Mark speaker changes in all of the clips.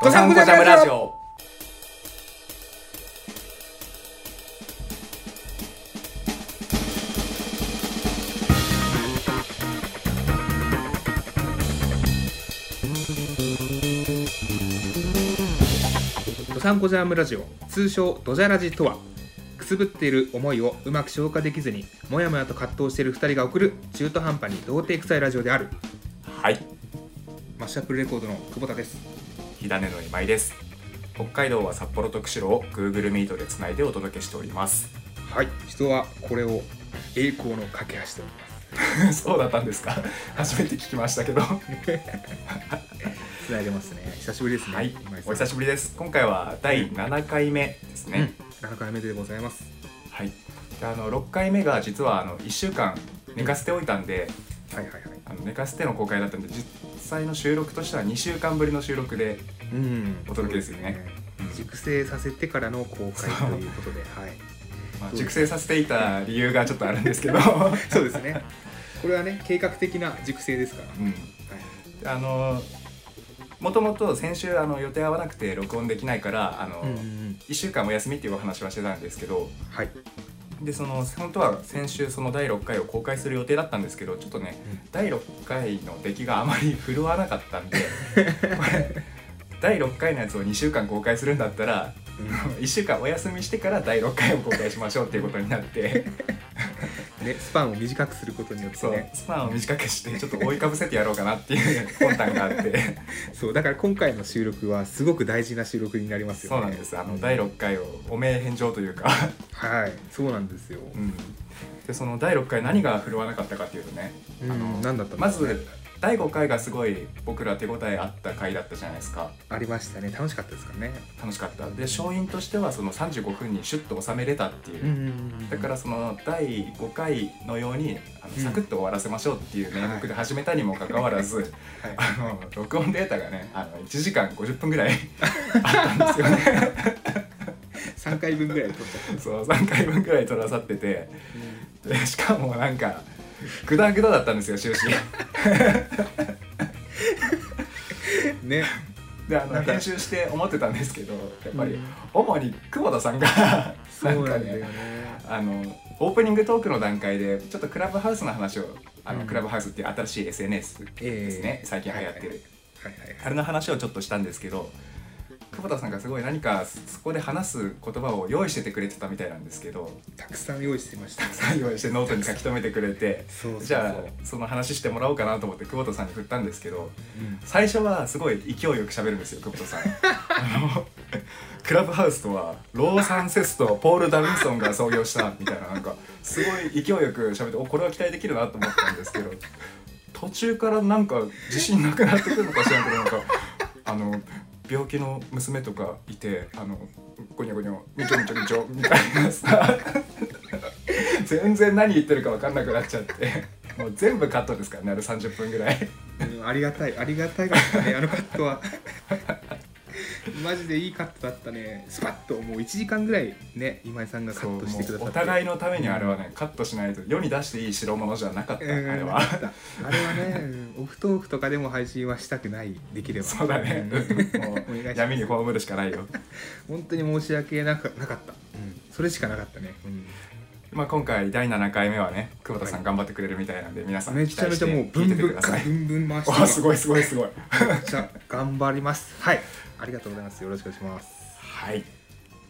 Speaker 1: ドサンコジャムラジオ
Speaker 2: ドサンコジャムラジオ通称ドジャラジとはくすぶっている思いをうまく消化できずにもやもやと葛藤している2人が送る中途半端に童貞臭いラジオである
Speaker 1: はい
Speaker 2: マッシュアップルレコードの久保田です
Speaker 1: 火種の今井です北海道は札幌と釧路を Google ミートでつないでお届けしております
Speaker 2: はい人はこれを栄光の架け橋と
Speaker 1: そうだったんですか 初めて聞きましたけどは
Speaker 2: つないでますね久しぶりですね
Speaker 1: い
Speaker 2: 今井さん
Speaker 1: お久しぶりです今回は第7回目ですね、
Speaker 2: 7回目でございます
Speaker 1: はいであの6回目が実はあの1週間寝かせておいたんで
Speaker 2: はいはいはい
Speaker 1: あの寝かせての公開だったんで実際の収録としては2週間ぶりの収録で
Speaker 2: うん
Speaker 1: お届けですよねうん
Speaker 2: 熟成させてからの公開ということで はい
Speaker 1: まあ、
Speaker 2: そう
Speaker 1: 熟成させていた理由がちょっとあるんですけど、
Speaker 2: そうですねこれはね計画的な熟成ですから
Speaker 1: うん、
Speaker 2: は
Speaker 1: あのもともと先週あの予定合わなくて録音できないからあの、
Speaker 2: いうんうんうん
Speaker 1: 1週間お休みっていうお話はしてたんですけど
Speaker 2: はい
Speaker 1: でその本当は先週その第6回を公開する予定だったんですけどちょっとね、
Speaker 2: うん
Speaker 1: 第6回の出来があまり振るわなかった んでこれ第6回のやつを2週間公開するんだったら1週 間お休みしてから第6回を公開しましょうっていうことに なって。
Speaker 2: ね、スパンを短くすることによって
Speaker 1: そう
Speaker 2: ね
Speaker 1: スパンを短くしてちょっと覆いかぶせてやろうかなっていう魂胆があって
Speaker 2: そうだから今回の収録はすごく大事な収録になりますよ
Speaker 1: そう
Speaker 2: ね
Speaker 1: なんですあの第6回を汚名返上というか、
Speaker 2: はいそうなんですよ、
Speaker 1: うん、でその第6回何が振るわなかったかっていうとね、
Speaker 2: うん
Speaker 1: あの
Speaker 2: 何だったん
Speaker 1: ま
Speaker 2: ですかね
Speaker 1: ず第5回がすごい僕ら手応えあった回だったじゃないですか
Speaker 2: ありましたね楽しかったですからね
Speaker 1: 楽しかったで勝因としてはその35分にシュッと収めれたっていう、だからその第5回のようにあの
Speaker 2: うん
Speaker 1: サクッと終わらせましょうっていう名目で始めたにもかかわら ず、
Speaker 2: はい
Speaker 1: あの録音データがねあの1時間50分ぐらいあったんですよ ね
Speaker 2: 3回分ぐらい撮っちゃった
Speaker 1: そう3回分ぐらい取らさっててでしかもなんかグダグダだったんですよ 終始
Speaker 2: ね
Speaker 1: であ
Speaker 2: な
Speaker 1: の
Speaker 2: んか
Speaker 1: 編集して思ってたんですけどやっぱり、
Speaker 2: うん
Speaker 1: 主に久保田さんが
Speaker 2: そ
Speaker 1: な
Speaker 2: うんな
Speaker 1: か
Speaker 2: んだよね
Speaker 1: ねあのオープニングトークの段階でちょっとクラブハウスの話をあの、
Speaker 2: うん
Speaker 1: クラブハウスっていう新しい SNS ですね、
Speaker 2: ええ
Speaker 1: 最近流行ってる、
Speaker 2: はいはいはい
Speaker 1: あれの話をちょっとしたんですけど久保田さんがすごい何かそこで話す言葉を用意しててくれてたみたいなんですけど
Speaker 2: たくさん用意してました
Speaker 1: たくさん用意してノートに書き留めてくれて
Speaker 2: そうそうそう
Speaker 1: じゃあその話してもらおうかなと思って久保田さんに振ったんですけど
Speaker 2: うん
Speaker 1: 最初はすごい勢いよく喋るんですよ久保田さんあのクラブハウスとはローサンセスとポール・ダビンソンが創業したみたいななんかすごい勢いよく喋っておこれは期待できるなと思ったんですけど途中からなんか自信なくなってくるのかしらんけどなんかあの病気の娘とかいてあのゴニョゴニョみちょみちょみちょみたいなさ全然何言ってるか分かんなくなっちゃってもう全部カットですからねあれ30分ぐらい。
Speaker 2: うんありがたいありがたいかったねあのカットは マジでいいカットだったねスパッともう1時間ぐらいね今井さんがカ
Speaker 1: そう
Speaker 2: ットしてくださ
Speaker 1: も
Speaker 2: っ
Speaker 1: う
Speaker 2: て
Speaker 1: お互いのためにあれはね、カットしないと世に出していい代物じゃなかった、
Speaker 2: うん
Speaker 1: あれは
Speaker 2: あれはね、うんオフトークとかでも配信はしたくない、できれば。
Speaker 1: そうだね、
Speaker 2: ん
Speaker 1: も
Speaker 2: お願いしま
Speaker 1: う
Speaker 2: す
Speaker 1: 闇に葬るしかないよ、
Speaker 2: 本当に申し訳なかなかった、それしかなかったね。
Speaker 1: まあ、今回第7回目はね久保田さん頑張ってくれるみたいなんで皆さん
Speaker 2: め
Speaker 1: 期
Speaker 2: ちゃ
Speaker 1: 待
Speaker 2: め
Speaker 1: し
Speaker 2: ち
Speaker 1: て
Speaker 2: ゃもうブ
Speaker 1: 聞い
Speaker 2: ン
Speaker 1: てて
Speaker 2: ブ
Speaker 1: く
Speaker 2: ン
Speaker 1: だ
Speaker 2: ブ
Speaker 1: さい
Speaker 2: ンブン回して
Speaker 1: わあす
Speaker 2: い。
Speaker 1: ごいすごいすごい
Speaker 2: じゃあ頑張ります。はい、ありがとうございます。よろしくお願いします。
Speaker 1: はい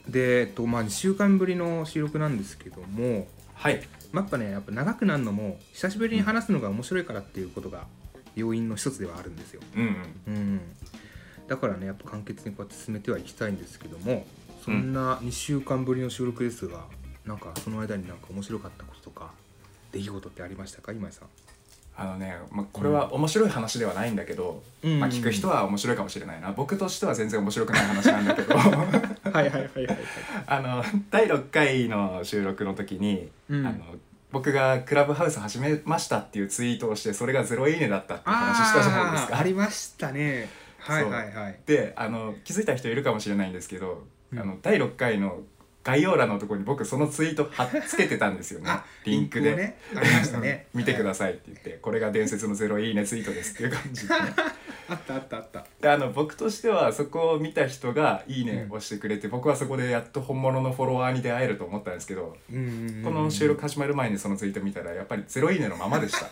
Speaker 2: で、えっとまあ2週間ぶりの収録なんですけども、
Speaker 1: はい
Speaker 2: まあやっぱね、やっぱ長くなるのも久しぶりに話すのが面白いからっていうことが要因の一つではあるんですよ。
Speaker 1: うんうん
Speaker 2: うん、だからねやっぱ簡潔にこうやって進めてはいきたいんですけどもそんな2週間ぶりの収録ですが、なんかその間になんか面白かったこととか出来事ってありましたか今井さん。
Speaker 1: あのね、まあ、これは面白い話ではないんだけど、
Speaker 2: うん
Speaker 1: まあ、聞く人は面白いかもしれないな僕としては全然面白くない話なんだ けど
Speaker 2: はいはいはいはいはい。
Speaker 1: あの第6回の収録の時に、
Speaker 2: うん
Speaker 1: あの僕がクラブハウス始めましたっていうツイートをしてそれがゼロいいねだったっていう
Speaker 2: あ
Speaker 1: 話したじゃないです
Speaker 2: ああ
Speaker 1: か。
Speaker 2: りましたね。はいはいはい。
Speaker 1: であの気づいた人いるかもしれないんですけど、
Speaker 2: うん
Speaker 1: あの第6回の概要欄のところに僕そのツイート貼っつけてたんですよねリンクで。
Speaker 2: をね、ありましたね
Speaker 1: 。見てくだ
Speaker 2: さ
Speaker 1: さいって言って、これが伝説のゼロいいねツイートですっていう感じで、ね、
Speaker 2: あったあったあった
Speaker 1: であの僕としてはそこを見た人が「いいね」を押してくれて、僕はそこでやっと本物のフォロワーに出会えると思ったんですけど、
Speaker 2: うんうんうん
Speaker 1: この収録始まる前にそのツイート見たらやっぱり「ゼロいいね」のままで した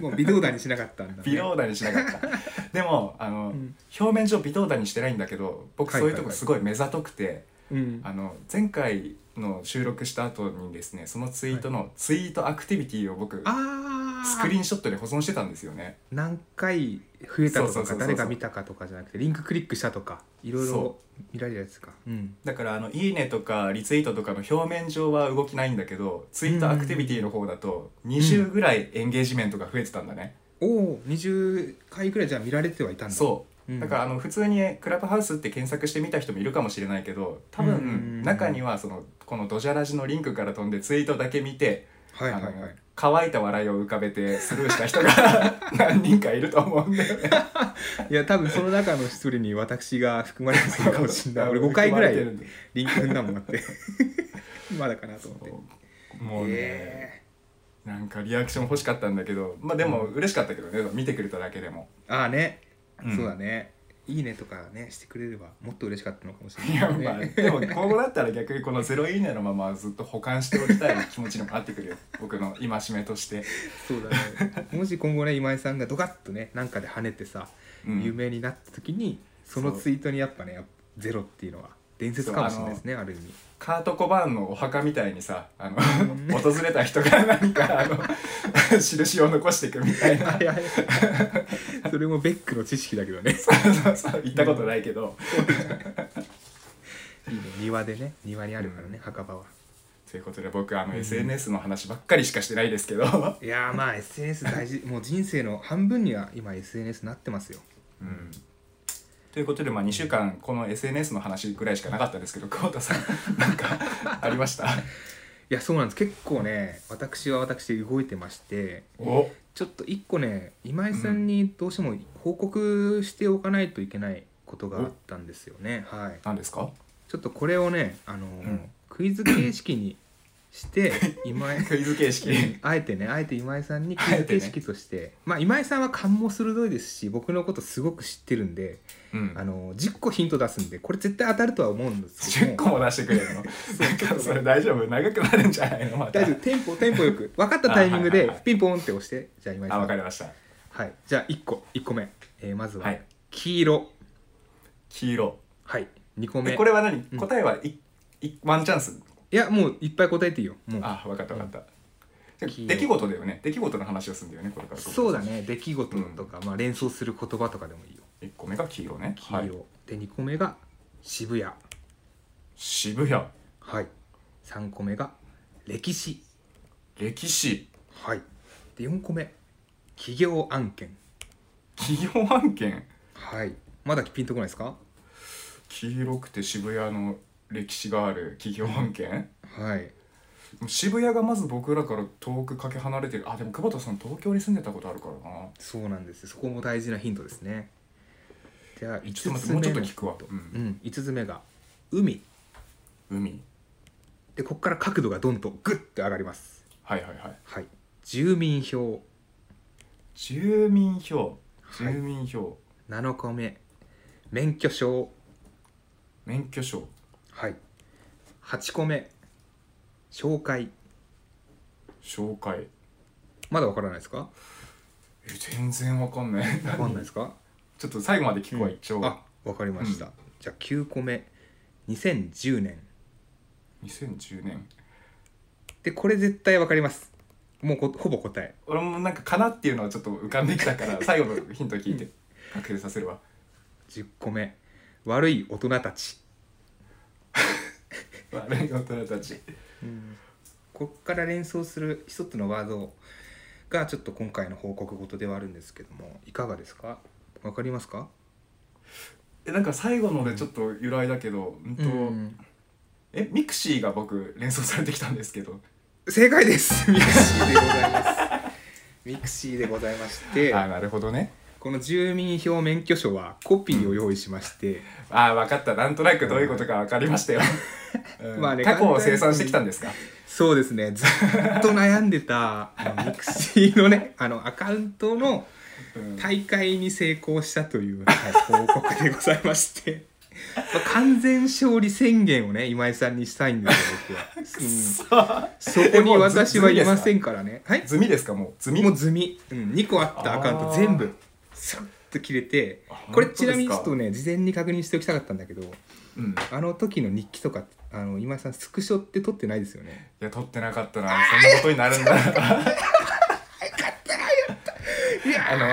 Speaker 2: もう微動だにしなかったんだ、ね、
Speaker 1: 微動だにしなかったでもあの、
Speaker 2: ん
Speaker 1: 表面上微動だにしてないんだけど僕そういうとこすごい目ざとくて、
Speaker 2: うん
Speaker 1: あの前回の収録した後にですねそのツイートのツイートアクティビティを僕
Speaker 2: あ
Speaker 1: スクリーンショットで保存してたんですよね
Speaker 2: 何回増えたと
Speaker 1: そうそうそ
Speaker 2: か
Speaker 1: うそ
Speaker 2: か
Speaker 1: う
Speaker 2: 誰が見たかとかじゃなくてリンククリックしたとかいろいろ
Speaker 1: そ
Speaker 2: 見られるやつかうん
Speaker 1: だからあの「いいね」とかリツイートとかの表面上は動きないんだけどツイートアクティビティの方だと20ぐらいエンゲージメントが増えてたんだね、
Speaker 2: おお20回ぐらいじゃあ見られてはいたんだ
Speaker 1: そう
Speaker 2: うん
Speaker 1: だからあの普通にクラブハウスって検索してみた人もいるかもしれないけど多
Speaker 2: うんうんうんう
Speaker 1: 分
Speaker 2: ん
Speaker 1: 中にはそのこのドジャラジのリンクから飛んでツイートだけ見て
Speaker 2: はいはいは
Speaker 1: あの
Speaker 2: い
Speaker 1: 乾いた笑いを浮かべてスルーした 人が何人かいると思うんだよね
Speaker 2: いや多分その中の一人に私が含まれてるかもし れない俺5回ぐらいリンク踏んだもんだって まだかなと思って
Speaker 1: もうね、
Speaker 2: え
Speaker 1: なんかリアクション欲しかったんだけどまあでも嬉しかったけどね、見てくれただけでも
Speaker 2: ーああね、
Speaker 1: うん
Speaker 2: そうだねいいねとかねしてくれればもっと嬉しかったのかもし
Speaker 1: い
Speaker 2: れな
Speaker 1: や
Speaker 2: い,、ね、
Speaker 1: まあでも今後だったら逆にこの「ゼロいいね」のままずっと保管しておきたい気持ちにもなってくるよ僕の戒めとして、
Speaker 2: そうだねもし今後ね今井さんがドカッとねなんかで跳ねてさ、
Speaker 1: うん
Speaker 2: 有名になった時にそのツイートにやっぱねやっぱゼロっていうのは伝説かもしれないですねある意 味
Speaker 1: カート・コバーンのお墓みたいにさあの 訪れた人が何かあの 印を残していくみたいな
Speaker 2: それもベックの知識だけどね
Speaker 1: そうそう行ったことないけど、
Speaker 2: いいね庭でね庭にあるからね、墓場は
Speaker 1: ということで僕あの SNS の話ばっかりしかしてないですけど、
Speaker 2: いやーまあ SNS 大事もう人生の半分には今 SNS なってますよ
Speaker 1: うんということで、まあ、2週間この SNS の話ぐらいしかなかったですけど久保田さん なんかありました
Speaker 2: いやそうなんです結構ね私は私で動いてまして
Speaker 1: お
Speaker 2: ちょっと一個ね今井さんにどうしても報告しておかないといけないことがあったんですよね、はい
Speaker 1: 何ですか
Speaker 2: ちょっとこれをねあのー、
Speaker 1: ん
Speaker 2: クイズ形式にして 今井
Speaker 1: クイズ形式
Speaker 2: うんあえてねあえて今井さんにクイズ形式として、まあ今井さんは勘も鋭いですし僕のことすごく知ってるんで、
Speaker 1: うん
Speaker 2: あのー10個ヒント出すんでこれ絶対当たるとは思うんですけど
Speaker 1: 10
Speaker 2: も
Speaker 1: 個も出してくれるのなん
Speaker 2: ちょっと
Speaker 1: か
Speaker 2: ね
Speaker 1: それ大丈夫長くなるんじゃないのまた
Speaker 2: 大丈夫テンポテンポよく分かったタイミング
Speaker 1: あはい
Speaker 2: で
Speaker 1: はいはい
Speaker 2: ピンポンって押してじゃあ今井さ
Speaker 1: あわか
Speaker 2: ん
Speaker 1: りました
Speaker 2: はいじゃあ1個1個目、えーまず
Speaker 1: は
Speaker 2: はい黄色
Speaker 1: 黄色
Speaker 2: はい、二2個
Speaker 1: え
Speaker 2: 目
Speaker 1: これは何、
Speaker 2: うん
Speaker 1: 答えはいいワンチャンス
Speaker 2: いやもういっぱい答えていいよもう
Speaker 1: あわかったわかった、
Speaker 2: 黄色
Speaker 1: 出来事だよね出来事の話をするんだよねこれから
Speaker 2: そうだね出来事とか、まあ、連想する言葉とかでもいいよ
Speaker 1: 1個目が黄色ね
Speaker 2: 黄色、
Speaker 1: はい、
Speaker 2: で2個目が渋谷
Speaker 1: 渋谷
Speaker 2: はい3個目が歴史
Speaker 1: 歴史
Speaker 2: はいで4個目企業案件
Speaker 1: 企業案件
Speaker 2: はいまだピンとこないですか
Speaker 1: 黄色くて渋谷の歴史がある企業案件
Speaker 2: はい
Speaker 1: 渋谷がまず僕らから遠くかけ離れてるあでも久保田さん東京に住んでたことあるからな
Speaker 2: そうなんですよそこも大事なヒントですねでは5
Speaker 1: ちょっと待っ
Speaker 2: つ
Speaker 1: て
Speaker 2: 目
Speaker 1: も
Speaker 2: の
Speaker 1: うちょっと聞くわ、う
Speaker 2: うんん、5つ目が海
Speaker 1: 海
Speaker 2: でここから角度がどんとグッて上がります
Speaker 1: はいはいはい
Speaker 2: はい住民票
Speaker 1: 住民票住
Speaker 2: はい
Speaker 1: 民票、
Speaker 2: 7個目免許証
Speaker 1: 免許証
Speaker 2: はい8個目紹介
Speaker 1: 紹介
Speaker 2: まだわからないですか
Speaker 1: え全然わかんない
Speaker 2: わかんないですか
Speaker 1: ちょっと最後まで聞くわ、
Speaker 2: うん
Speaker 1: 一応
Speaker 2: あわかりました、
Speaker 1: うん
Speaker 2: じゃあ9個目2010年
Speaker 1: 2010年
Speaker 2: でこれ絶対わかりますもうこほぼ答え
Speaker 1: 俺もなんかかなっていうのはちょっと浮かんでき たから最後のヒント聞いて確定させるわ
Speaker 2: 10個目悪い大人たち、
Speaker 1: 悪い大人たち
Speaker 2: こっから連想する一つのワードがちょっと今回の報告事ではあるんですけどもいかがですかわかりますか
Speaker 1: えなんか最後のでちょっと由来だけど、うんと
Speaker 2: うん
Speaker 1: えミクシーが僕連想されてきたんですけど
Speaker 2: 正解ですミクシーでございますミクシーでございまして
Speaker 1: あなるほどね
Speaker 2: この住民票免許証はコピーを用意しまして、
Speaker 1: あ分かったなんとなくどういうことか分かりましたよ、うん
Speaker 2: まあね
Speaker 1: 過去を
Speaker 2: 簡単に
Speaker 1: 生産してきたんですか
Speaker 2: そうですねずっと悩んでたあのミクシーのね あのアカウントの
Speaker 1: うん
Speaker 2: 大会に成功したという、はい報告でございまして、まあ完全勝利宣言をね今井さんにしたいんですよ僕 は、うん そこに私はいませんからねはい
Speaker 1: 済みですかもう済み
Speaker 2: もう済み、うん、2個あったアカウント全部スルッと切れて
Speaker 1: あ
Speaker 2: これ
Speaker 1: 本当
Speaker 2: ち
Speaker 1: で
Speaker 2: な
Speaker 1: すか
Speaker 2: みにちょっとね事前に確認しておきたかったんだけど
Speaker 1: うん
Speaker 2: あの時の日記とかあの今井さんスクショって撮ってないですよね
Speaker 1: いや取ってな かったなそんなことになるんだあ の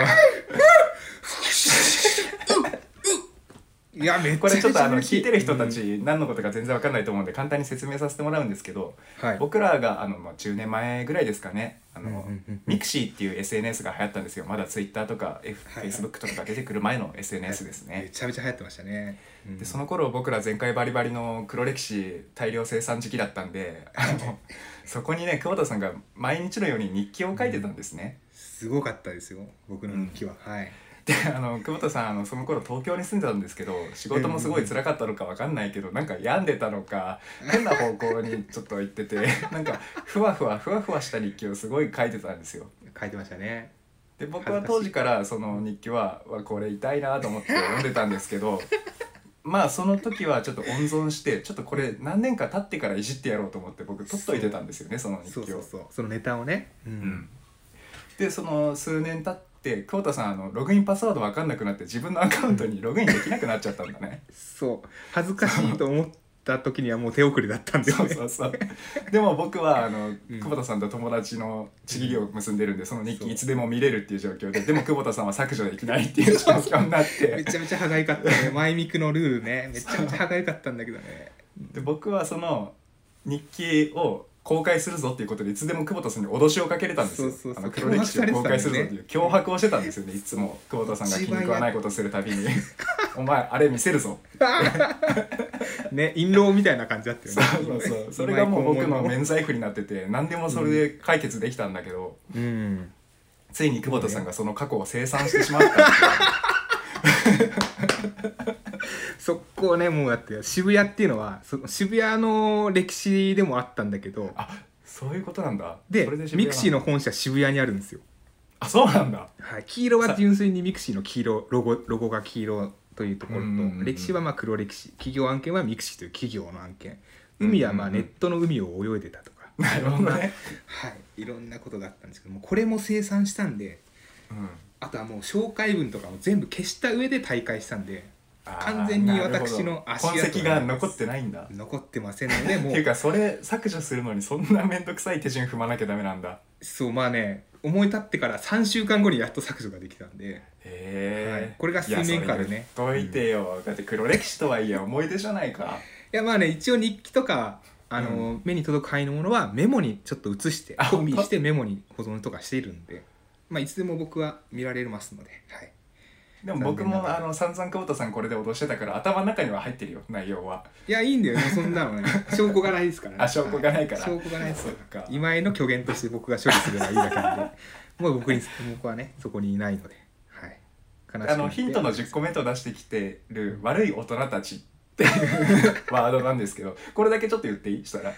Speaker 2: いやめっちゃ
Speaker 1: これちょっとあの
Speaker 2: 嬉し
Speaker 1: 聞いてる人たち何のことか全然わかんないと思うんで簡単に説明させてもらうんですけど、
Speaker 2: はい
Speaker 1: 僕らがあの、まあ、10年前ぐらいですかねあの、
Speaker 2: うんうんうん
Speaker 1: ミクシーっていう SNS が流行ったんですよまだ Twitter とか、F
Speaker 2: はいはい
Speaker 1: Facebook とかが出てくる前の SNS です
Speaker 2: め
Speaker 1: ね。
Speaker 2: ちゃめちゃ流行ってましたね、うん
Speaker 1: でその頃僕ら前回バリバリの黒歴史大量生産時期だったんであのそこにね久保田さんが毎日のように日記を書いてたんですね。
Speaker 2: すごかったですよ僕の日記は、はい
Speaker 1: であの久保田さんあのその頃東京に住んでたんですけど仕事もすごい辛かったのかわかんないけどなんか病んでたのか変な方向にちょっと行ってて なんかふわふわふわふわした日記をすごい書いてたんですよ。
Speaker 2: 書いてましたね
Speaker 1: で僕は当時からその日記はわこれ痛いなと思って読んでたんですけどまあその時はちょっと温存してちょっとこれ何年か経ってからいじってやろうと思って僕取っといてたんですよねその日記
Speaker 2: そ
Speaker 1: を。
Speaker 2: うそうそうそのネタをね、う
Speaker 1: うん、でその数年経って久保田さんあのログインパスワード分かんなくなって自分のアカウントにログインできなくなっちゃったんだ ね
Speaker 2: そう恥ずかしいと思った時にはもう手遅れだったんで、ね、
Speaker 1: そうそうそうでも僕はあの
Speaker 2: ん
Speaker 1: 久保田さんと友達のちぎりを結んでるんでその日記いつでも見れるっていう状況 ででも久保田さんは削除できないっていう状況になっ
Speaker 2: め
Speaker 1: て
Speaker 2: ちゃめちゃ歯がゆかったね前ミクのルールねめちゃめちゃ歯がゆかったんだけどね
Speaker 1: で僕はその日記を公開するぞっていうことでいつでも久保田さんに脅しをかけれたんですよ
Speaker 2: そうそうそう
Speaker 1: あの黒歴史を公開するぞっていう脅迫をしてたんですよねいつも久保田さんが気に食わないことするた びに「お前あれ見せるぞ」
Speaker 2: ね印籠みたいな感じだったよ
Speaker 1: そ
Speaker 2: ね
Speaker 1: う そうそうそれがもう僕の
Speaker 2: メン
Speaker 1: 免罪符になってて何でもそれで解決できたんだけど、
Speaker 2: うん
Speaker 1: ついに久保田さんがその過去を清算してしまったっていう
Speaker 2: そこをねもうだって渋谷っていうのはその渋谷の歴史でもあったんだけど
Speaker 1: あそういうことなんだ
Speaker 2: で
Speaker 1: それ渋谷
Speaker 2: ミクシーの本社渋谷にあるんですよ、
Speaker 1: あそうなんだ
Speaker 2: はい、黄色は純粋にミクシーの黄色ロゴロゴが黄色というところと、
Speaker 1: うんうんうん
Speaker 2: 歴史はまあ黒歴史企業案件はミクシーという企業の案件海はまあネットの海を泳いでたとか、
Speaker 1: なるほどね、
Speaker 2: はいいろんなことがあったんですけどもこれも清算したんで
Speaker 1: うん、
Speaker 2: あとはもう紹介文とかも全部消した上で大会したんで
Speaker 1: あー
Speaker 2: 完全に私の足
Speaker 1: なるほど
Speaker 2: 跡
Speaker 1: 痕跡が残ってないんだっ
Speaker 2: 残ってませんの で
Speaker 1: て
Speaker 2: も
Speaker 1: いう
Speaker 2: う
Speaker 1: かそれ削除するのにそんな面倒くさい手順踏まなきゃダメなんだ
Speaker 2: そうまあね思い立ってから3週間後にやっと削除ができたんで
Speaker 1: へえ、
Speaker 2: はいこれが水面下でね
Speaker 1: いやそれ言っといてよ、だって黒歴史とはいえ思い出じゃないか
Speaker 2: いやまあね一応日記とかあの、
Speaker 1: う
Speaker 2: 目に届く範囲のものはメモにちょっと写して
Speaker 1: あ
Speaker 2: コピーしてメモに保存とかしているんで、まあ、いつでも僕は見られますので、はい、
Speaker 1: でも僕
Speaker 2: 残念な
Speaker 1: も
Speaker 2: がら
Speaker 1: あの散々久保田さんこれで脅してたから頭の中には入ってるよ内容はい
Speaker 2: やいいんだよねそんなのね証拠がないですからね
Speaker 1: あ証拠がないから
Speaker 2: は証拠がないです
Speaker 1: そっ
Speaker 2: から
Speaker 1: か
Speaker 2: 今井の虚言として僕が処理すればいいだけなんで もう僕に僕はねそこにいないので、はい、悲しくな
Speaker 1: あの
Speaker 2: って
Speaker 1: ヒントの10個目と出してきてる「悪い大人たち」っていう ワードなんですけどこれだけちょっと言っていいしたら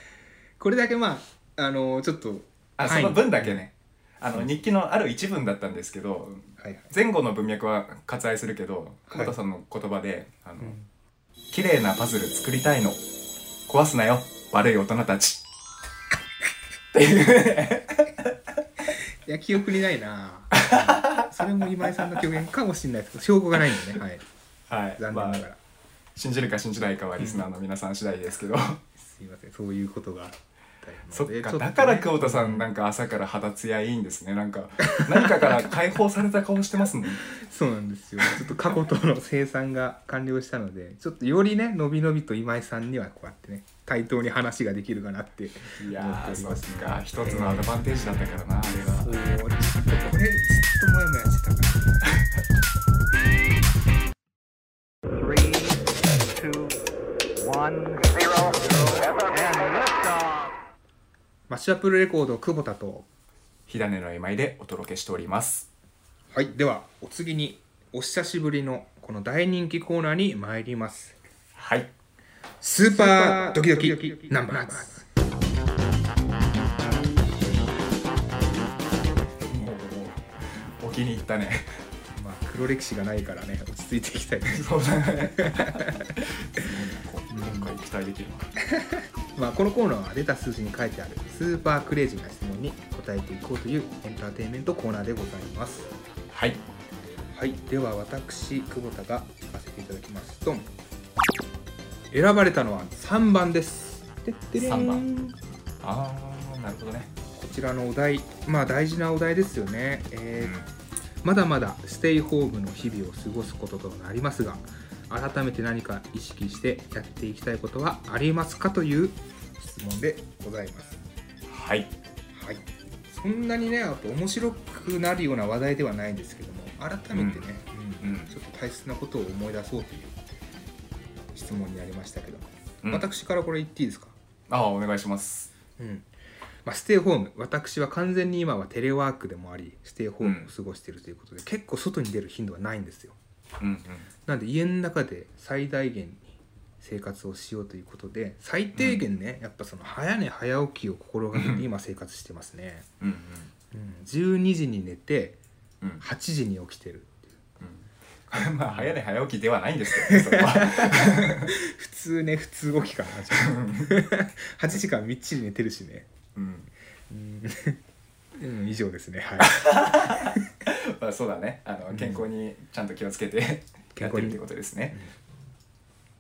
Speaker 2: これだけまああのちょっと
Speaker 1: あそ
Speaker 2: 範囲
Speaker 1: の分だけねあの日記のある一文だったんですけど
Speaker 2: はいはい
Speaker 1: 前後の文脈は割愛するけど久保田さんの言葉で「あの綺麗なパズル作りたいの壊すなよ悪い大人 たち」っていう
Speaker 2: いや記憶にない なうんそれも今井さんの虚言かもしれないですけど証拠がないんでね、はい、
Speaker 1: はい
Speaker 2: 残念
Speaker 1: ま
Speaker 2: な
Speaker 1: あ
Speaker 2: がら、
Speaker 1: 信じるか信じないかはリスナーの皆さん次第ですけど。
Speaker 2: すいませんそういうことがあったよう
Speaker 1: そっ
Speaker 2: なので
Speaker 1: か、
Speaker 2: ちょとね
Speaker 1: だから久保田さんなんか朝から肌ツヤいいんですねなんか何かから解放された顔してますね
Speaker 2: そうなんですよちょっと過去との生産が完了したのでちょっとよりねのびのびと今井さんにはこうやってね対等に話ができるかなって
Speaker 1: いや
Speaker 2: 思ってお
Speaker 1: ー
Speaker 2: り
Speaker 1: そ
Speaker 2: ま
Speaker 1: っ
Speaker 2: す
Speaker 1: か一つのアドバンテージだったからなあれが
Speaker 2: そうちょっとこれずっとモヤモヤしてたから。
Speaker 3: Three, two, one, zero, and liftoff.
Speaker 2: マッシュアップルレコード久保田と
Speaker 1: 火種の今井でお届けしております
Speaker 2: はいではお次にお久しぶりのこの大人気コーナーに参ります
Speaker 1: はい
Speaker 2: スーパードキドキナンバーズ
Speaker 1: 気に入った ね
Speaker 2: まあ黒歴史がないからね落ち着いていきたいね
Speaker 1: そうだねすごいなこう今回期待できるな
Speaker 2: まあこのコーナーは出た数字に書いてあるスーパークレイジーな質問に答えていこうというエンターテインメントコーナーでございます
Speaker 1: はい
Speaker 2: はいでは私久保田が聞かせていただきますと選ばれたのは3番ですてってれん
Speaker 1: 三番ああなるほどね
Speaker 2: こちらのお題まあ大事なお題ですよねえーまだまだステイホームの日々を過ごすこととなりますが改めて何か意識してやっていきたいことはありますかという質問でございます
Speaker 1: はい
Speaker 2: はいそんなにねやっぱ面白くなるような話題ではないんですけども改めてね、
Speaker 1: うん
Speaker 2: ちょっと大切なことを思い出そうという質問になりましたけど、
Speaker 1: うん
Speaker 2: 私からこれ言っていいですか
Speaker 1: ああお願いします
Speaker 2: うんまあ、ステイホーム私は完全に今はテレワークでもありステイホームを過ごしているということで、結構外に出る頻度はないんですよ
Speaker 1: うんうん
Speaker 2: なんで家の中で最大限に生活をしようということで最低限ね、やっぱその早寝早起きを心がけて今生活してますね、
Speaker 1: うん
Speaker 2: うん、12時に寝て
Speaker 1: うんうん
Speaker 2: 8時に起きてるっていう
Speaker 1: うん まあ早寝早起きではないんですけどねそれは
Speaker 2: 普通ね普通起きかな8時間みっちり寝てるしね
Speaker 1: うん
Speaker 2: うん以上ですね はい
Speaker 1: まあそうだねあの健康にちゃんと気をつけてやってるってことですね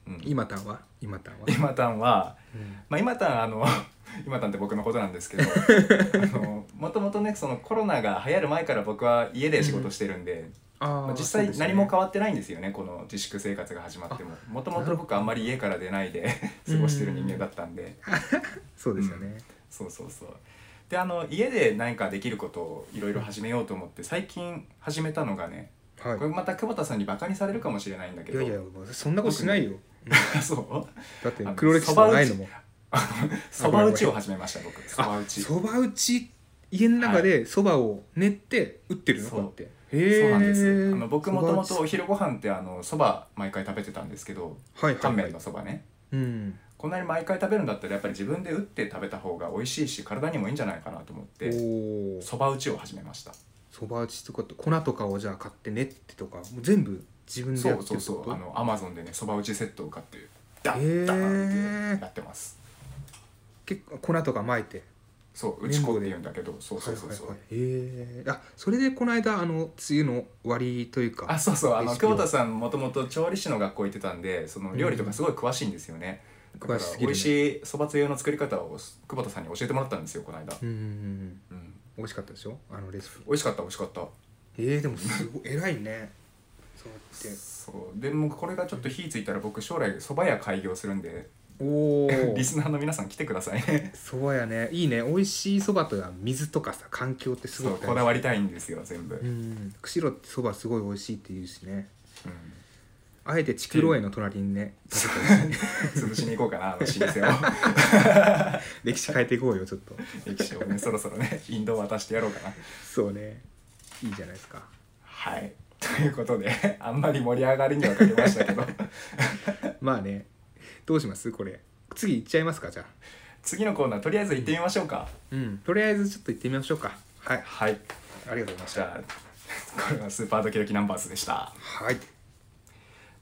Speaker 1: うん
Speaker 2: 今たんは今たんは、
Speaker 1: 今たんは
Speaker 2: うん
Speaker 1: まあ、今たんあの 今たんって僕のことなんですけどもともとねそのコロナが流行る前から僕は家で仕事してるんで、
Speaker 2: あ
Speaker 1: まあ、
Speaker 2: ー
Speaker 1: 実
Speaker 2: そうで
Speaker 1: 際
Speaker 2: すね
Speaker 1: 何も変わってないんですよねこの自粛生活が始まってももともと僕あんまり家から出ないで 過ごしてる人間だったんで、
Speaker 2: そうですよね、
Speaker 1: そうそうそうであの家で何かできることをいろいろ始めようと思って最近始めたのがね
Speaker 2: はい
Speaker 1: これまた久保田さんにバカにされるかもしれないんだけ
Speaker 2: いや
Speaker 1: ど
Speaker 2: いやもうそんなことしないよ、
Speaker 1: そう
Speaker 2: だって
Speaker 1: あの
Speaker 2: 黒歴史がないのも
Speaker 1: そば打ちを始めました僕そば打ち
Speaker 2: そば打ち家の中でそばを練って打ってるの
Speaker 1: そ
Speaker 2: こ
Speaker 1: う
Speaker 2: うやってへ
Speaker 1: そ
Speaker 2: え
Speaker 1: うなんですあの僕もともとお昼ご飯ってあのそば毎回食べてたんですけど
Speaker 2: はいは
Speaker 1: 乾
Speaker 2: い、はい
Speaker 1: 麺のそばね
Speaker 2: うん、
Speaker 1: こんなに毎回食べるんだったらやっぱり自分で打って食べた方が美味しいし体にもいいんじゃないかなと思っ
Speaker 2: お
Speaker 1: て
Speaker 2: お
Speaker 1: そば打ちを始めました
Speaker 2: そば打ちとかって粉とかをじゃあ買って練ってとかもう全部自分で
Speaker 1: そ
Speaker 2: やっ
Speaker 1: う
Speaker 2: て
Speaker 1: そ
Speaker 2: る
Speaker 1: う
Speaker 2: ってこ
Speaker 1: そ
Speaker 2: と
Speaker 1: うあのアマゾンでねそば打ちセットを買ってダ
Speaker 2: へー
Speaker 1: ッダーンってやってます
Speaker 2: 結構粉とか撒いて
Speaker 1: そう打ち粉って言うんだけどそうそうそうそう、
Speaker 2: はいはいはい、へえあそれでこの間あの梅雨の終わりというか
Speaker 1: あそうそうあの
Speaker 2: レシピを
Speaker 1: 久保田さんもともと調理師の学校行ってたんでその料理とかすごい詳しいんですよね、だから
Speaker 2: 詳しすぎ
Speaker 1: 美
Speaker 2: るね
Speaker 1: 味しいそばつゆの作り方を久保田さんに教えてもらったんですよこの間、
Speaker 2: うんうんうん
Speaker 1: うん、
Speaker 2: 美味しかったでしょあのレシピ
Speaker 1: 美味しかった美味しかった
Speaker 2: えー、でもすごい偉いねそうやって
Speaker 1: そうでもうこれがちょっと火ついたら僕将来そば屋開業するんで
Speaker 2: お
Speaker 1: リスナーの皆さん来てくださいね
Speaker 2: そうやねいいね美味しいそばとは水とかさ環境ってす
Speaker 1: そ
Speaker 2: ご
Speaker 1: う
Speaker 2: く
Speaker 1: こだわ
Speaker 2: り
Speaker 1: りたいんですよ全部、
Speaker 2: う
Speaker 1: うん
Speaker 2: ん釧路ってそばすごい美味しいって言うしねあえて竹楼園の隣にね食べてほしい
Speaker 1: 潰しに行こうかなあの老舗 を
Speaker 2: 歴史変えていこうよちょっと
Speaker 1: 歴史をねそろそろね引導渡してやろうかな
Speaker 2: そうねいいじゃないですか
Speaker 1: はい ということで あんまり盛り上がりには欠けましたけど
Speaker 2: まあねどうしますこれ次行っちゃいますかじゃあ
Speaker 1: 次のコーナーとりあえず行ってみましょうか
Speaker 2: うんとりあえずちょっと行ってみましょうかはい
Speaker 1: はい
Speaker 2: ありがとうございまし
Speaker 1: じ
Speaker 2: た
Speaker 1: ゃあ これがスーパードキドキナンバーズでした
Speaker 2: はい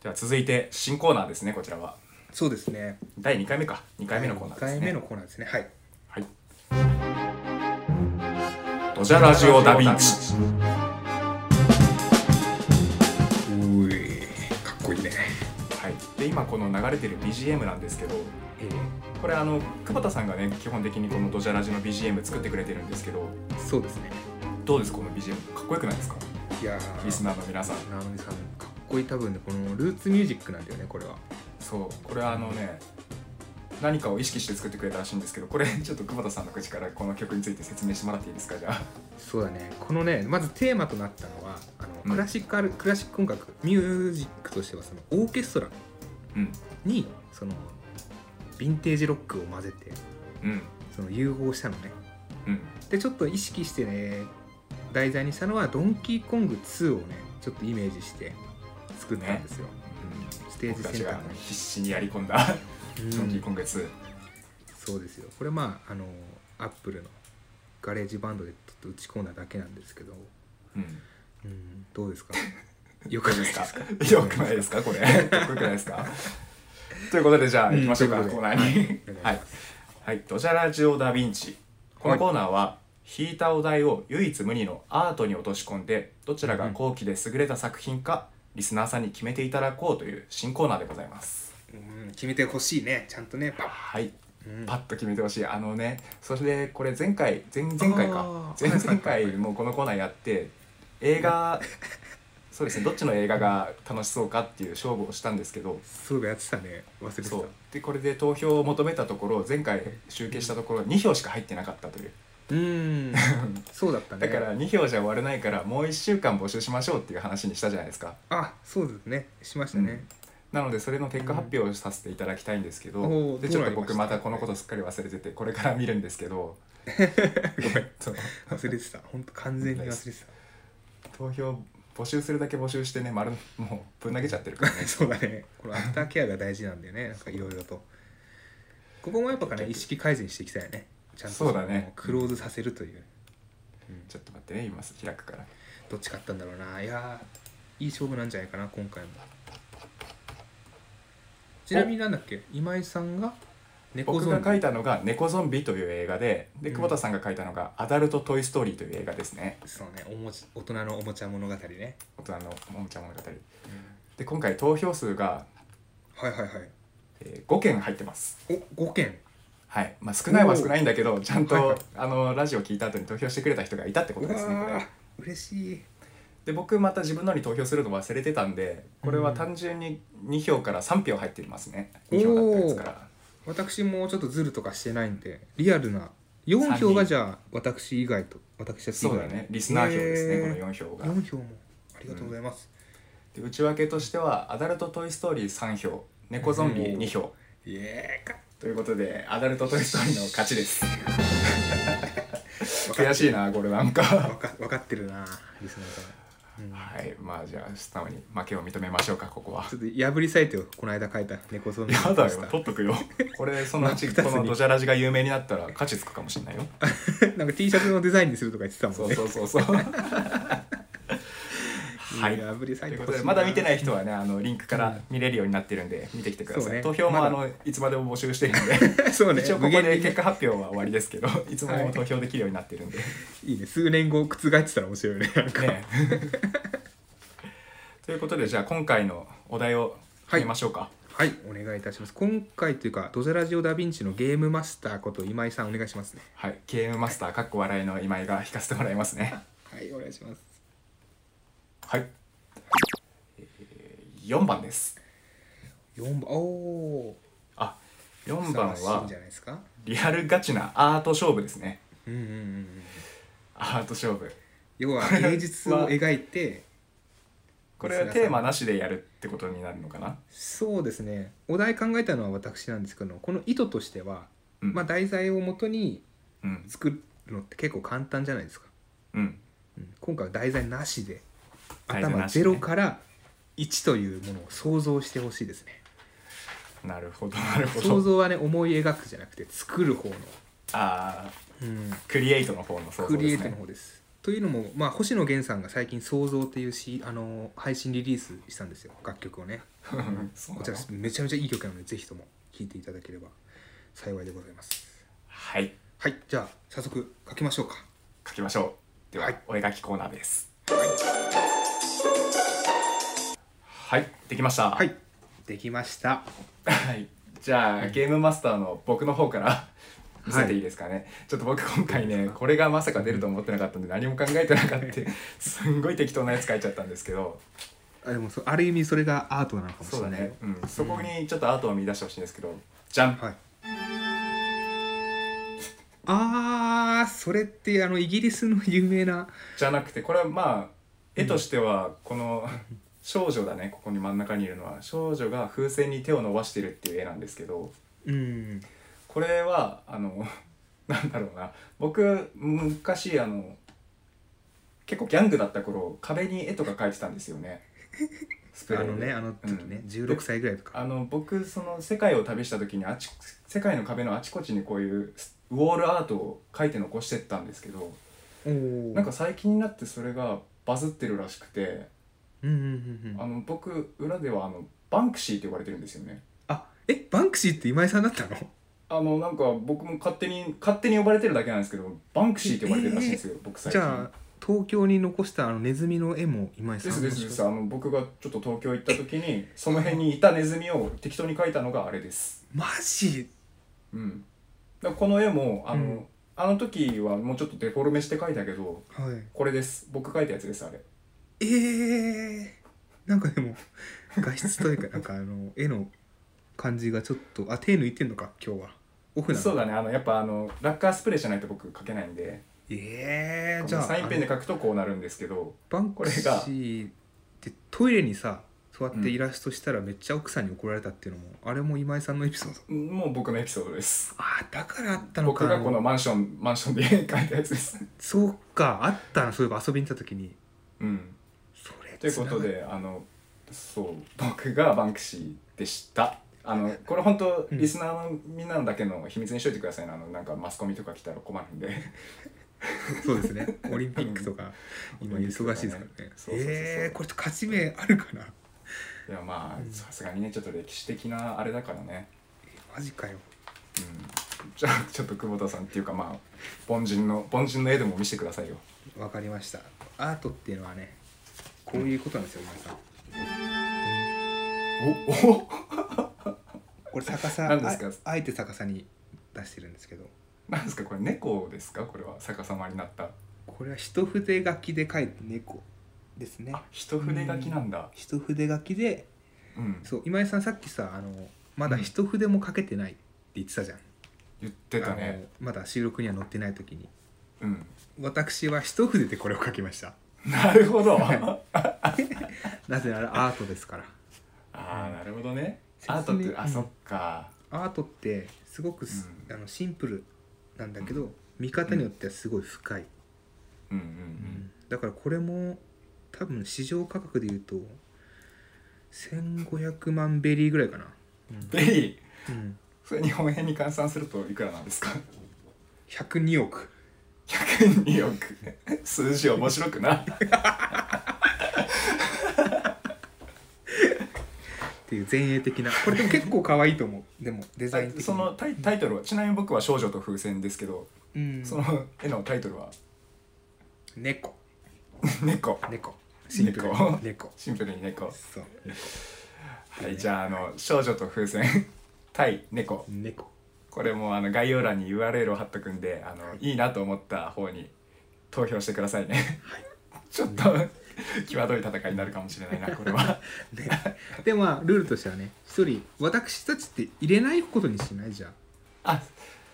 Speaker 1: では続いて新コーナーですねこちらは
Speaker 2: そうですね
Speaker 1: 第2回目か2回目のコーナーですね
Speaker 2: 2回目のコーナーですねはい
Speaker 1: はい。ドジャラジオダヴィンチ。
Speaker 2: うえかっこいいね
Speaker 1: はい。で今この流れてる BGM なんですけど、
Speaker 2: え
Speaker 1: これあの久保田さんがね基本的にこのドジャラジの BGM 作ってくれてるんですけど、
Speaker 2: えそうですね
Speaker 1: どうですこの BGM かっこよくないですか？
Speaker 2: いや
Speaker 1: リスナ
Speaker 2: ー
Speaker 1: ーの皆さん。
Speaker 2: 直美さんかっこいい多分ねこのルーツミュージックなんだよねこれは
Speaker 1: そう。これあのね。何かを意識して作ってくれたらしいんですけどこれ ちょっと久保田さんの口からこの曲について説明してもらっていいですかじゃあ
Speaker 2: そうだねこのねまずテーマとなったのはあの、
Speaker 1: うん
Speaker 2: クラシカルクラシック音楽ミュージックとしてはそのオーケストラ
Speaker 1: うん
Speaker 2: にそのヴィンテージロックを混ぜて
Speaker 1: うん
Speaker 2: その融合したのね
Speaker 1: うん
Speaker 2: でちょっと意識してね題材にしたのは「ドンキーコング2」をねちょっとイメージして作ったんですよ、ス
Speaker 1: う
Speaker 2: テ
Speaker 1: ん
Speaker 2: ージ
Speaker 1: 僕た
Speaker 2: セ
Speaker 1: ち
Speaker 2: ンタ
Speaker 1: があ
Speaker 2: ー
Speaker 1: の
Speaker 2: の
Speaker 1: 必死にやり込んだ「ドンキー
Speaker 2: う
Speaker 1: コ
Speaker 2: ん
Speaker 1: ング2」
Speaker 2: そうですよこれまああのアップルのガレージバンドでちょっと打ち込んだだけなんですけど、
Speaker 1: うん
Speaker 2: うん、どうですか よくないですか
Speaker 1: よくないですかこれ。よくないですかということでじゃあ行きましょう
Speaker 2: う
Speaker 1: か、
Speaker 2: んという
Speaker 1: コ
Speaker 2: ことで
Speaker 1: ーナーに
Speaker 2: はいお願いし。ま
Speaker 1: はい。はい。ドジャラジオダヴィンチ。このコーナーは、引いたお題を唯一無二のアートに落とし込んで、どちらが後期で優れた作品か、リスナーさんに決めていただこうという新コーナーでございます。
Speaker 2: うん決めてほしいねちゃんとねパッ
Speaker 1: はい。
Speaker 2: うん
Speaker 1: パッと決めてほしいあのねそれでこれ前回前前回か
Speaker 2: あー
Speaker 1: 前々回もこのコーナーやって映画そうですねどっちの映画が楽しそうかっていう勝負をしたんですけど
Speaker 2: そういえばやってたね忘れてた
Speaker 1: そうでこれで投票を求めたところ前回集計したところ2票しか入ってなかったという
Speaker 2: うーん そうだったね
Speaker 1: だから2票じゃ終われないからもう1週間募集しましょうっていう話にしたじゃないですか
Speaker 2: あそうですねしましたね、
Speaker 1: なのでそれの結果発表をさせていただきたいんですけど、
Speaker 2: おー
Speaker 1: でち
Speaker 2: どう
Speaker 1: ょっ
Speaker 2: な
Speaker 1: と
Speaker 2: りました
Speaker 1: 僕またこのことすっかり忘れててこれから見るんです けどそう
Speaker 2: 忘れてた本当完全に忘れて
Speaker 1: 投票募集するだけ募集してね丸もうぶん投げちゃってるからね
Speaker 2: た そうだねこのアフターケアが大事なんだよ ねなんかいろいろとここもやっぱかね意識改善していきたいよねちゃんと
Speaker 1: そうだね
Speaker 2: のクローズさせるという、
Speaker 1: ちょっと待ってね今開くから
Speaker 2: どっち勝ったんだろうないやーいい勝負なんじゃないかな今回もちなみになんだっけ今井さんが猫
Speaker 1: 僕
Speaker 2: ゾン
Speaker 1: が
Speaker 2: ビ
Speaker 1: 書いたのが「猫ゾンビ」という映画でで久保田さんが書いたのが「アダルト・トイ・ストーリー」という映画ですね
Speaker 2: そうねおもち大人のおもちゃ物語ね、
Speaker 1: 大人のももちゃん物語で今回投票数が、
Speaker 2: はいはいはい
Speaker 1: えー5件入ってます
Speaker 2: お5件
Speaker 1: はいまあ少ないは少ないんだけどちゃんと、
Speaker 2: はいはい
Speaker 1: あのラジオ聞いた後に投票してくれた人がいたってことですねこれ
Speaker 2: ー嬉しい
Speaker 1: で僕また自分のに投票するの忘れてたんでこれは単純に2票から3票入ってますね2票だったやつから
Speaker 2: 私もちょっとズルとかしてないんでリアルな4票がじゃあ私以外と私たち以
Speaker 1: そう
Speaker 2: 外
Speaker 1: だねリスナー票ですね、
Speaker 2: へ
Speaker 1: この4票が
Speaker 2: 4票もありがとうございます、
Speaker 1: で内訳としてはアダルト・トイ・ストーリー3票猫ゾンビ2票
Speaker 2: イエーか
Speaker 1: ということでアダルト・トイ・ストーリーの勝ちです 悔しいなこれなんか
Speaker 2: わか分かってるなリスナーさん、うん
Speaker 1: はいまあじゃあ素直に負けを認めましょうかここは
Speaker 2: ちょっと破りサイトをこの間書いた猫ゾンビの
Speaker 1: やだ
Speaker 2: ポ
Speaker 1: よ
Speaker 2: スター
Speaker 1: 取っとくよこれそのうち
Speaker 2: 真っ
Speaker 1: こ
Speaker 2: 二つに
Speaker 1: のドジャラジが有名になったら価値つくかもしれ ないよ
Speaker 2: なんか T シャツのデザインにするとか言ってたもんね
Speaker 1: そうそうそうそう はい
Speaker 2: や破りサイ
Speaker 1: という
Speaker 2: ト
Speaker 1: こ
Speaker 2: 欲
Speaker 1: と
Speaker 2: し
Speaker 1: で
Speaker 2: い
Speaker 1: まだ見てない人はねあのリンクから見れるようになってるんで見てきてくだ
Speaker 2: そ
Speaker 1: さ
Speaker 2: う
Speaker 1: い、
Speaker 2: ね
Speaker 1: 投票も
Speaker 2: まだ
Speaker 1: あのいつまでも募集してるんで
Speaker 2: そうね
Speaker 1: 一応こ
Speaker 2: 無
Speaker 1: こ
Speaker 2: 限
Speaker 1: で
Speaker 2: に
Speaker 1: 結
Speaker 2: ね
Speaker 1: 果発表は終わりですけどいつまでも投票できるようになってるんで、
Speaker 2: いいね数年後覆ってたら面白いよねなんか
Speaker 1: ね ということでじゃあ今回のお題を決めましょうか、
Speaker 2: はいお願いいたします今回というかドジャラジオダヴィンチのゲームマスターこと今井さんお願いしますね
Speaker 1: はい、ゲームマスターかっこ笑いの今井が引かせてもらいます ね
Speaker 2: はいお願いします
Speaker 1: はい、えー、4番です
Speaker 2: 4番おお
Speaker 1: あ4番
Speaker 2: いいん
Speaker 1: は
Speaker 2: じゃないですか
Speaker 1: リアルガチなアート勝負ですね
Speaker 2: うんうんうんうん
Speaker 1: アート勝負
Speaker 2: 要は芸術を描いて
Speaker 1: これはテーマなしでやるってことになるのかな
Speaker 2: そうですねお題考えたのは私なんですけどこの意図としては、
Speaker 1: うん
Speaker 2: まあ、題材をもとに
Speaker 1: うん
Speaker 2: 作るのって結構簡単じゃないですか、
Speaker 1: うん
Speaker 2: うん今回は題材なしで
Speaker 1: 題材
Speaker 2: 頭
Speaker 1: なしね
Speaker 2: 0から1というものを想像してほしいですね
Speaker 1: なるほどなるほ
Speaker 2: 想
Speaker 1: ど
Speaker 2: 像はね思い描くじゃなくて作る方の、
Speaker 1: ああクリエイトの方の想像
Speaker 2: クリエイ
Speaker 1: です
Speaker 2: トの
Speaker 1: ね
Speaker 2: 方です。というのも、まあ、星野源さんが最近「想像」っていうし、あの配信リリースしたんですよ楽曲をね
Speaker 1: そうな
Speaker 2: こ
Speaker 1: の
Speaker 2: ちらめちゃめちゃいい曲なのでぜひとも聴いていただければ幸いでございます
Speaker 1: はい
Speaker 2: はいじゃあ早速書きましょうか
Speaker 1: 書きましょうでは、
Speaker 2: はい
Speaker 1: お絵描きコーナーですはい、できました
Speaker 2: はいできました
Speaker 1: はいじゃあゲームマスターの僕の方から見せていいですかね、ちょっと僕今回ねこれがまさか出ると思ってなかったんで何も考えてなかった すんごい適当なやつ書いちゃったんですけど
Speaker 2: あでもそある意味それがアートなのかもし
Speaker 1: そう
Speaker 2: れな
Speaker 1: だ
Speaker 2: いよ
Speaker 1: ね、うん、そこにちょっとアートを見出してほしいんですけどじゃん、
Speaker 2: はいあーそれってあのイギリスの有名な
Speaker 1: じゃなくてこれはまあ絵としてはこの少女だねここに真ん中にいるのは少女が風船に手を伸ばしてるっていう絵なんですけど
Speaker 2: うん
Speaker 1: これはあの なんだろうな僕昔あの結構ギャングだった頃壁に絵とか描いてたんですよね。ス
Speaker 2: あ
Speaker 1: レーで
Speaker 2: のねあの時ね、
Speaker 1: うん
Speaker 2: 16歳ぐらいとか
Speaker 1: あの僕その世界を旅した時にあち世界の壁のあちこちにこういうウォールアートを描いて残してったんですけど
Speaker 2: おー
Speaker 1: なんか最近になってそれがバズってるらしくて
Speaker 2: うんうんうんう
Speaker 1: あ
Speaker 2: ん
Speaker 1: の僕裏ではあのバンクシーって呼ばれてるんですよね
Speaker 2: あえバンクシーって今井さんだったの
Speaker 1: あのなんか僕も勝手に勝手に呼ばれてるだけなんですけどバンクシーって呼ばれてるらしいんですよ、僕最
Speaker 2: じ
Speaker 1: 近
Speaker 2: ゃあ東京に残したあのネズミの絵も今井さ
Speaker 1: で
Speaker 2: ん
Speaker 1: す
Speaker 2: の
Speaker 1: ですですあの僕がちょっと東京行った時にその辺にいたネズミを適当に描いたのがあれです
Speaker 2: マジ
Speaker 1: うんだからこの絵もあの、
Speaker 2: うん
Speaker 1: あの時はもうちょっとデフォルメして描いたけど
Speaker 2: はい
Speaker 1: これです僕描いたやつですあれ
Speaker 2: えー、なんかでも画質というかなん かあの絵の感じがちょっとあ手抜いてんのか今日はオフなの
Speaker 1: そうだねあのやっぱあのラッカースプレーじゃないと僕描けないんで
Speaker 2: ええー、
Speaker 1: こ
Speaker 2: じゃ
Speaker 1: の
Speaker 2: あ
Speaker 1: サインペンで
Speaker 2: あの
Speaker 1: 描くとこうなるんですけど
Speaker 2: バンクシ
Speaker 1: こ
Speaker 2: ーってトイレにさ座っ
Speaker 1: うん
Speaker 2: てイラストしたらめっちゃ奥さんに怒られたっていうのも、あれも今井さんのエピソード
Speaker 1: もう僕のエピソードです
Speaker 2: ああだからあったのか
Speaker 1: 僕がこのマンションマンションで 描いたやつです
Speaker 2: そうかあったなそういえば遊びに行った時に
Speaker 1: うん
Speaker 2: それ
Speaker 1: ということであのそう僕がバンクシーでしたあのこれ本当
Speaker 2: うん
Speaker 1: リスナーのみんなだけの秘密にしといてくださいねあのなんかマスコミとか来たら困るんで
Speaker 2: つながそうですねオリンピックとか今忙しいですからね
Speaker 1: そうそうそうそう
Speaker 2: ええー、これ勝ち目あるかない
Speaker 1: やま
Speaker 2: うん
Speaker 1: あさすがにねちょっと歴史的なあれだからね
Speaker 2: マジかよ
Speaker 1: うんじゃあちょっと 久保田さんっていうかまあ凡人の凡人の絵でも見せてくださいよ
Speaker 2: わかりましたアートっていうのはねこういうことなんですよ今井さん
Speaker 1: おお
Speaker 2: これ逆さ
Speaker 1: 何ですか
Speaker 2: ああえて逆さに出してるんですけど
Speaker 1: なんですかこれ猫ですかこれは逆さまになった
Speaker 2: これは一筆書きで描いた猫ですね
Speaker 1: あ一筆書きなんだ
Speaker 2: 一筆書きで
Speaker 1: うん
Speaker 2: そう今井さんさっきさあのまだ一筆も書けてないって言ってたじゃん、
Speaker 1: 言ってたね
Speaker 2: あのまだ収録には載ってない時に
Speaker 1: うん
Speaker 2: 私は一筆でこれを書きました
Speaker 1: なるほど
Speaker 2: はなぜならアートですから
Speaker 1: ああなるほどね
Speaker 2: 説明
Speaker 1: アートって
Speaker 2: う
Speaker 1: あ
Speaker 2: ん
Speaker 1: そっか
Speaker 2: アートってすごくす、
Speaker 1: うん
Speaker 2: あのシンプルなんだけど、見方によってはすごい深い、
Speaker 1: うんう
Speaker 2: うん
Speaker 1: ん
Speaker 2: だからこれも多分市場価格で言うと1500万ベリーぐらいかな、
Speaker 1: うんベリー
Speaker 2: うん、
Speaker 1: それ日本円に換算するといくらなんですか
Speaker 2: 102億
Speaker 1: 102億数字面白くな
Speaker 2: っていう前衛的なこれでも結構可愛いと思 うでもデザイン的に
Speaker 1: そのタイタイトルはちなみに僕は「少女と風船」ですけど、
Speaker 2: うん
Speaker 1: その絵のタイトルは
Speaker 2: 猫
Speaker 1: 「猫
Speaker 2: 猫シンプルに
Speaker 1: 猫
Speaker 2: 猫」
Speaker 1: シンプルに猫
Speaker 2: そう
Speaker 1: はいじゃああの「少女と風船」対猫
Speaker 2: 猫
Speaker 1: これもあの概要欄に URL を貼っとくんであのいいなと思った方に投票してくださいね、 ちょっと際どい戦いになるかもしれないなこれは
Speaker 2: ででまあルールとしてはね一人私たちって入れないことにしないじゃん、
Speaker 1: あ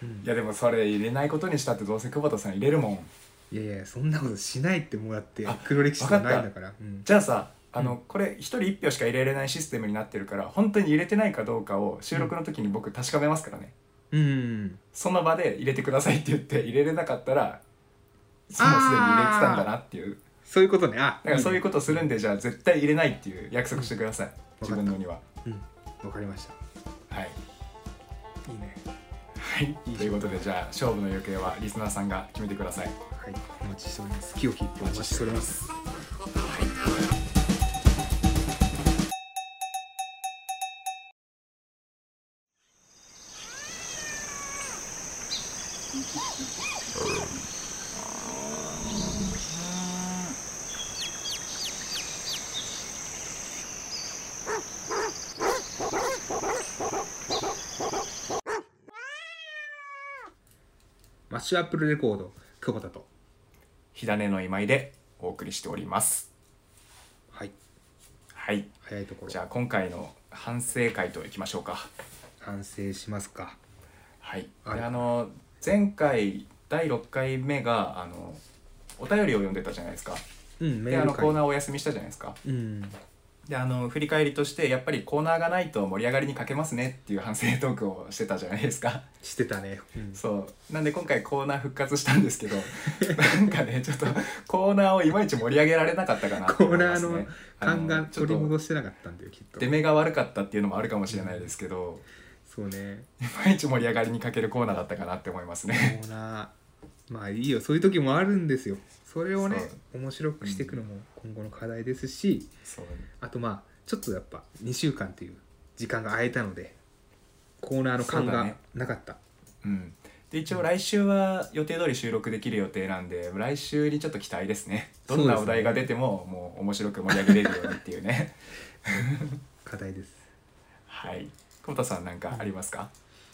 Speaker 2: うん
Speaker 1: いやでもそれ入れないことにしたってどうせ久保田さん入れるもん
Speaker 2: いやいやそんなことしないってもらって
Speaker 1: あ
Speaker 2: 黒歴史じゃないんだからうん
Speaker 1: じゃあさあの、
Speaker 2: うん
Speaker 1: これ一人一票しか入れられないシステムになってるから本当に入れてないかどうかを収録の時に僕確かめますからね、
Speaker 2: うん
Speaker 1: その場で入れてくださいって言って入れれなかったらそもうすでに入れてたんだなっていう
Speaker 2: そういうことねあ
Speaker 1: だからそういう
Speaker 2: こ
Speaker 1: ことするんでじゃあ絶対入れないっていう約束してください、
Speaker 2: うん
Speaker 1: 自分のには
Speaker 2: とうんわかりました
Speaker 1: はい
Speaker 2: いいね
Speaker 1: はい、ということでじゃあ勝負の行方はリスナーさんが決めてください。
Speaker 2: はいお待ちしております好きを聞いてお待ちしておりますマッシュアップルレコード久保田と
Speaker 1: 火種の今井でお送りしております。
Speaker 2: はい
Speaker 1: はい、
Speaker 2: 早いところ
Speaker 1: じゃあ今回の反省会といきましょうか。
Speaker 2: 反省しますか
Speaker 1: はい、
Speaker 2: はい
Speaker 1: であの前回第6回目があのお便りを読んでたじゃないですか。
Speaker 2: うんメ
Speaker 1: で
Speaker 2: ー
Speaker 1: あ
Speaker 2: ル
Speaker 1: のコー
Speaker 2: 会
Speaker 1: ナーをお休みしたじゃないですか。
Speaker 2: うん
Speaker 1: であの振り返りとしてやっぱりコーナーがないと盛り上がりに欠けますねっていう反省トークをしてたじゃないですか。
Speaker 2: してたねうん
Speaker 1: そうなんで今回コーナー復活したんですけど なんかねちょっとコーナーをいまいち盛り上げられなかったかなって
Speaker 2: コ
Speaker 1: 思
Speaker 2: ー
Speaker 1: いま
Speaker 2: ナー
Speaker 1: す
Speaker 2: の
Speaker 1: ね
Speaker 2: 勘
Speaker 1: あ
Speaker 2: が
Speaker 1: のちょっ
Speaker 2: 取り戻
Speaker 1: と
Speaker 2: してなかったんだよきっと
Speaker 1: 出目が悪かったっていうのもあるかもしれないですけど
Speaker 2: そうね
Speaker 1: いまいち盛り上がりに欠けるコーナーだったかなって思います
Speaker 2: コ
Speaker 1: ね
Speaker 2: ーナーまあいいよそういう時もあるんですよそれをね
Speaker 1: そう
Speaker 2: 面白くしていくのも今後の課題ですし、
Speaker 1: そう
Speaker 2: あとまあちょっとやっぱ2週間という時間が空いたのでコーナーの感
Speaker 1: そうだ
Speaker 2: が
Speaker 1: ね
Speaker 2: なかった、
Speaker 1: うんで一応来週は予定通り収録できる予定なんで来週にちょっと期待ですねどんなお題が出てももう面白く盛り上げれるようにっていうね
Speaker 2: 課題です
Speaker 1: はい久保田さんなんかありますか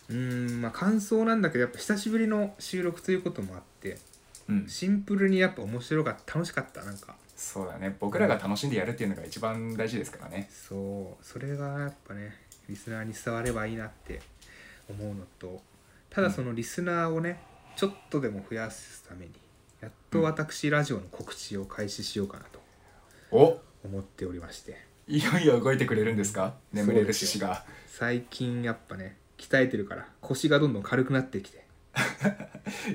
Speaker 2: うーんまあ感想なんだけどやっぱ久しぶりの収録ということもあって
Speaker 1: うん
Speaker 2: シンプルにやっぱ面白かった楽しかったなんか
Speaker 1: そうだね僕らが楽しんでやるっていうのが一番大事ですからね
Speaker 2: そうそれがやっぱねリスナーに伝わればいいなって思うのとただそのリスナーをね、ちょっとでも増やすためにやっと私ラジオの告知を開始しようかなと
Speaker 1: お
Speaker 2: 思っておりまして
Speaker 1: いよいよ動いてくれるんですか眠れる獅子が
Speaker 2: 最近やっぱね鍛えてるから腰がどんどん軽くなってきて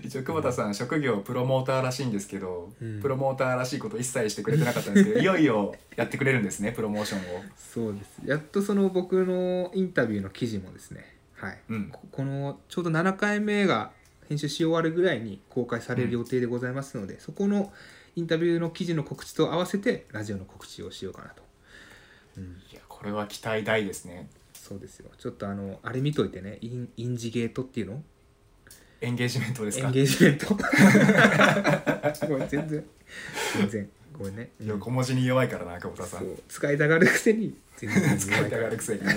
Speaker 1: 一応久保田さん職業プロモーターらしいんですけど、
Speaker 2: うん
Speaker 1: プロモーターらしいこと一切してくれてなかったんですけ どいよいよやってくれるんですねプロモーションを
Speaker 2: そうですやっとその僕のインタビューの記事もですねはい、
Speaker 1: うん
Speaker 2: ここのちょうど7回目が編集し終わるぐらいに公開される予定でございますので、そこのインタビューの記事の告知と合わせてラジオの告知をしようかなと、うん、
Speaker 1: いやこれは期待大ですね
Speaker 2: そうですよちょっとあのあれ見といてねインインジゲートっていうの
Speaker 1: エンゲージメントです
Speaker 2: エ
Speaker 1: か
Speaker 2: ンゲージメント ごめん全然全然ごめんね、うん
Speaker 1: 横文字に弱いからな久保田さ
Speaker 2: そ
Speaker 1: ん
Speaker 2: う使いたがるくせに全然
Speaker 1: 使いたがるくせにね、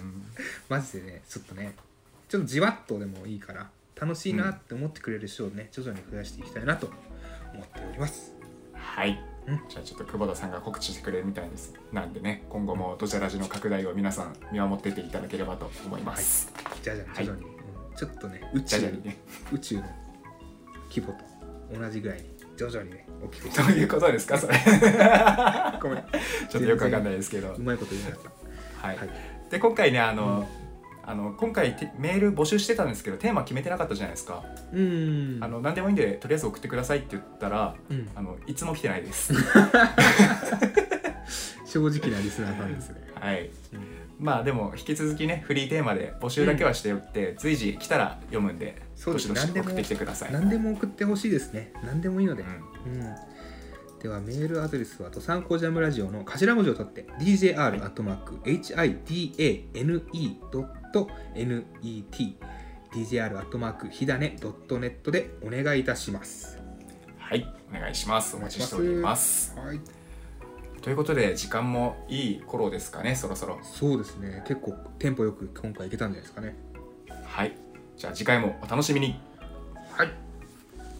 Speaker 1: うん
Speaker 2: マジでねちょっとねちょっとじわっとでもいいから楽しいなって思ってくれる人をね、徐々に増やしていきたいなと思っております
Speaker 1: はい
Speaker 2: うん
Speaker 1: じゃあちょっと久保田さんが告知してくれるみたいですなんでね今後もドジャラジの拡大を皆さん見守ってっていただければと思います、
Speaker 2: じゃじゃん
Speaker 1: はい
Speaker 2: 徐々に、うんちょっとね宇
Speaker 1: じ
Speaker 2: 宙
Speaker 1: ゃ じゃにね
Speaker 2: 宇宙の規模と同じぐらいに徐々にね大きく して
Speaker 1: どういうことですか それ
Speaker 2: ごめん
Speaker 1: ちょっとよくわかんないですけど
Speaker 2: うまいこと言えなかった
Speaker 1: はい、
Speaker 2: はい
Speaker 1: で今回ねあの、あの今回てメール募集してたんですけどテーマ決めてなかったじゃないですか、
Speaker 2: うーん
Speaker 1: あの何でもいいんでとりあえず送ってくださいって言ったら
Speaker 2: うん
Speaker 1: あのいつも来てないです
Speaker 2: 正直なリスナーさんですね
Speaker 1: はい
Speaker 2: うん
Speaker 1: まあでも引き続きねフリーテーマで募集だけはしておって、随時来たら読むんで
Speaker 2: そうです
Speaker 1: どしどし
Speaker 2: 何でも
Speaker 1: 送ってきてください
Speaker 2: 何でも送ってほしいですね何でもいいので、
Speaker 1: うん
Speaker 2: うん、ではメールアドレスは「とさんこジャムラジオ」の頭文字を取って djr.hidane.net djr. ひだね .net でお願いいたします。
Speaker 1: はいお願いしますお待ちしております
Speaker 2: はい、
Speaker 1: ということで時間もいい頃ですかねそろそろ
Speaker 2: そうですね。結構テンポよく今回いけたんじゃないですかね。
Speaker 1: はいじゃあ次回もお楽しみに
Speaker 2: はい。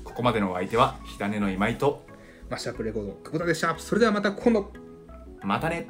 Speaker 1: ここまでのお相手は火種の今井と
Speaker 2: マッシュアップレコード久保田でした。それではまた今度。
Speaker 1: またね